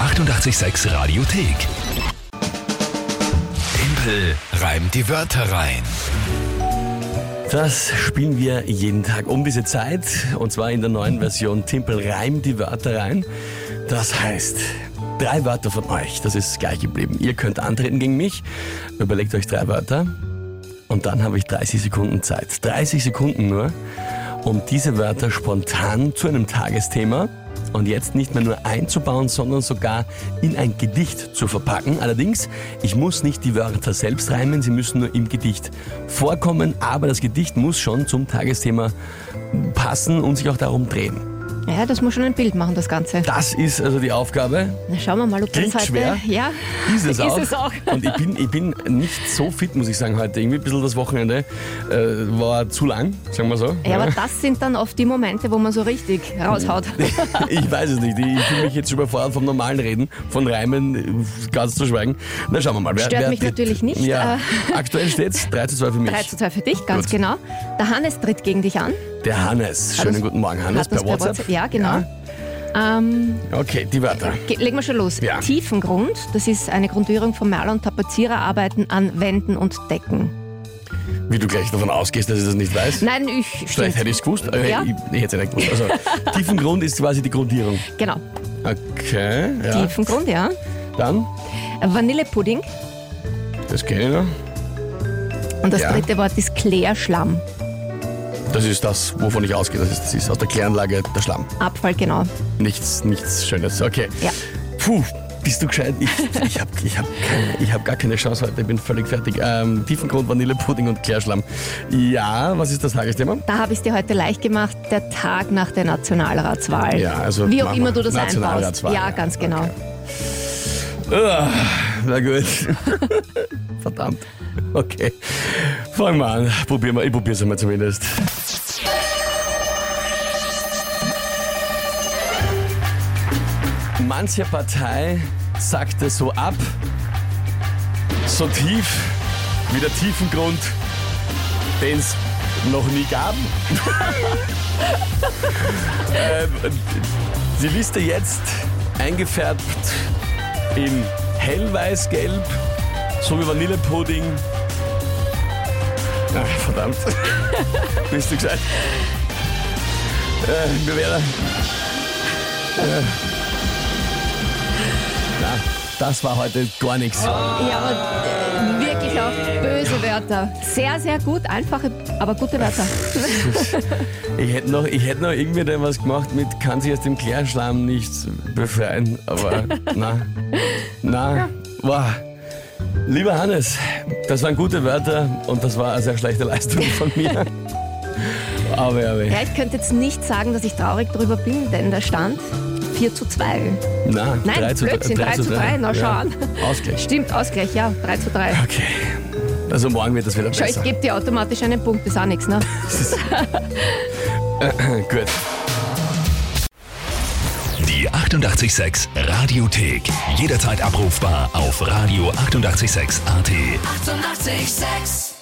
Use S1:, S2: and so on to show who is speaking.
S1: 886 Radiothek. Tempel reimt die Wörter rein.
S2: Das spielen wir jeden Tag um diese Zeit und zwar in der neuen Version Timpel reim die Wörter rein. Das heißt, drei Wörter von euch, das ist gleich geblieben. Ihr könnt antreten gegen mich, überlegt euch drei Wörter und dann habe ich 30 Sekunden Zeit. 30 Sekunden nur, um diese Wörter spontan zu einem Tagesthema und jetzt nicht mehr nur einzubauen, sondern sogar in ein Gedicht zu verpacken. Allerdings, ich muss nicht die Wörter selbst reimen, sie müssen nur im Gedicht vorkommen, aber das Gedicht muss schon zum Tagesthema passen und sich auch darum drehen.
S3: Ja, das muss schon ein Bild machen, das Ganze.
S2: Das ist also die Aufgabe.
S3: Na, schauen wir mal, ob
S2: Klingt
S3: das heute.
S2: schwer.
S3: Ja,
S2: Ist es auch.
S3: Ist es auch.
S2: Und ich bin, ich bin nicht so fit, muss ich sagen, heute. Irgendwie ein bisschen das Wochenende äh, war zu lang, sagen wir so.
S3: Ja, aber das sind dann oft die Momente, wo man so richtig raushaut.
S2: Ich weiß es nicht. Ich ich fühle mich jetzt überfordert vom normalen Reden, von Reimen, ganz zu schweigen. Na, schauen wir mal. Wer,
S3: Stört
S2: wer
S3: mich
S2: tritt?
S3: natürlich nicht.
S2: Ja.
S3: Äh.
S2: Aktuell steht es 3 zu 2 für mich.
S3: 3 zu 2 für dich, ganz
S2: Gut.
S3: genau. Der Hannes tritt gegen dich an.
S2: Der Hannes.
S3: Hat
S2: Schönen
S3: uns-
S2: guten Morgen, Hannes,
S3: hat uns
S2: per WhatsApp.
S3: Ja, genau. Ähm,
S2: Ja. Okay, die Wörter.
S3: ge- legen wir schon los.
S2: Ja.
S3: Tiefengrund, das ist eine Grundierung von Maler- und Tapeziererarbeiten an Wänden und Decken.
S2: Wie du gleich davon ausgehst, dass ich das nicht weiß.
S3: Nein, ich
S2: Vielleicht hätte
S3: stimmt.
S2: ich es gewusst. aber
S3: Ja.
S2: Ich, ich hätte es nicht gewusst. Also, Tiefengrund ist quasi die Grundierung.
S3: Genau,
S2: Okay, ja.
S3: Tiefengrund, ja.
S2: Dann,
S3: Vanillepudding.
S2: das kenne ich noch.
S3: Und das
S2: Ja.
S3: dritte Wort ist Klärschlamm.
S2: Das ist das, wovon ich ausgehe. Das ist, das ist aus der Kläranlage der Schlamm.
S3: Abfall, genau.
S2: Nichts, nichts Schönes. Okay.
S3: Ja.
S2: Puh, bist du gescheit? Ich, ich habe ich hab keine- ich hab gar keine Chance heute. Ich bin völlig fertig. Ähm, Tiefengrund, Vanillepudding und Klärschlamm. Ja, was ist das Tagesthema?
S3: Da habe ich es dir heute leicht gemacht, der Tag nach der Nationalratswahl.
S2: Ja, also
S3: Wie auch
S2: machen
S3: immer
S2: wir.
S3: du das einbaust.
S2: Nationalratswahl,
S3: Ja,
S2: ja.
S3: ganz genau.
S2: Ah, na gut. Verdammt. Okay. Fangen wir an. Probieren wir. Ich probiere es einmal zumindest. Manche Partei sackte so ab, so tief wie der Tiefengrund, den es noch nie gab. ähm, die Liste jetzt eingefärbt in hellweiß-gelb, so wie Vanillepudding. Ach, verdammt. Bist du gescheit? Äh, wir werden. Äh. Na, das war heute gar nichts.
S3: Ja, aber äh, wirklich auch böse Wörter. Sehr, sehr gut, einfache, aber gute Wörter.
S2: Ich hätte noch, ich hätte noch irgendwie da was gemacht mit kann sich aus dem Klärschlamm nicht befreien, aber na, na, wow. Lieber Hannes, das waren gute Wörter und das war eine sehr schlechte Leistung von mir. Aber ja,
S3: Ja, ich könnte jetzt nicht sagen, dass ich traurig drüber bin, denn der Stand 4 zu 2.
S2: na,
S3: Nein,
S2: 3 zu
S3: Blödsinn, 3 zu 3, na schau an.
S2: Ausgleich.
S3: Stimmt, Ausgleich, ja, 3 zu 3.
S2: Okay. Also morgen wird das wieder
S3: Schau,
S2: besser.
S3: ich gebe dir automatisch einen Punkt, ist auch nichts, ne?
S2: Gut.
S1: Die 886 Radiothek. Jederzeit abrufbar auf radio886.at. 886! 886.
S4: 886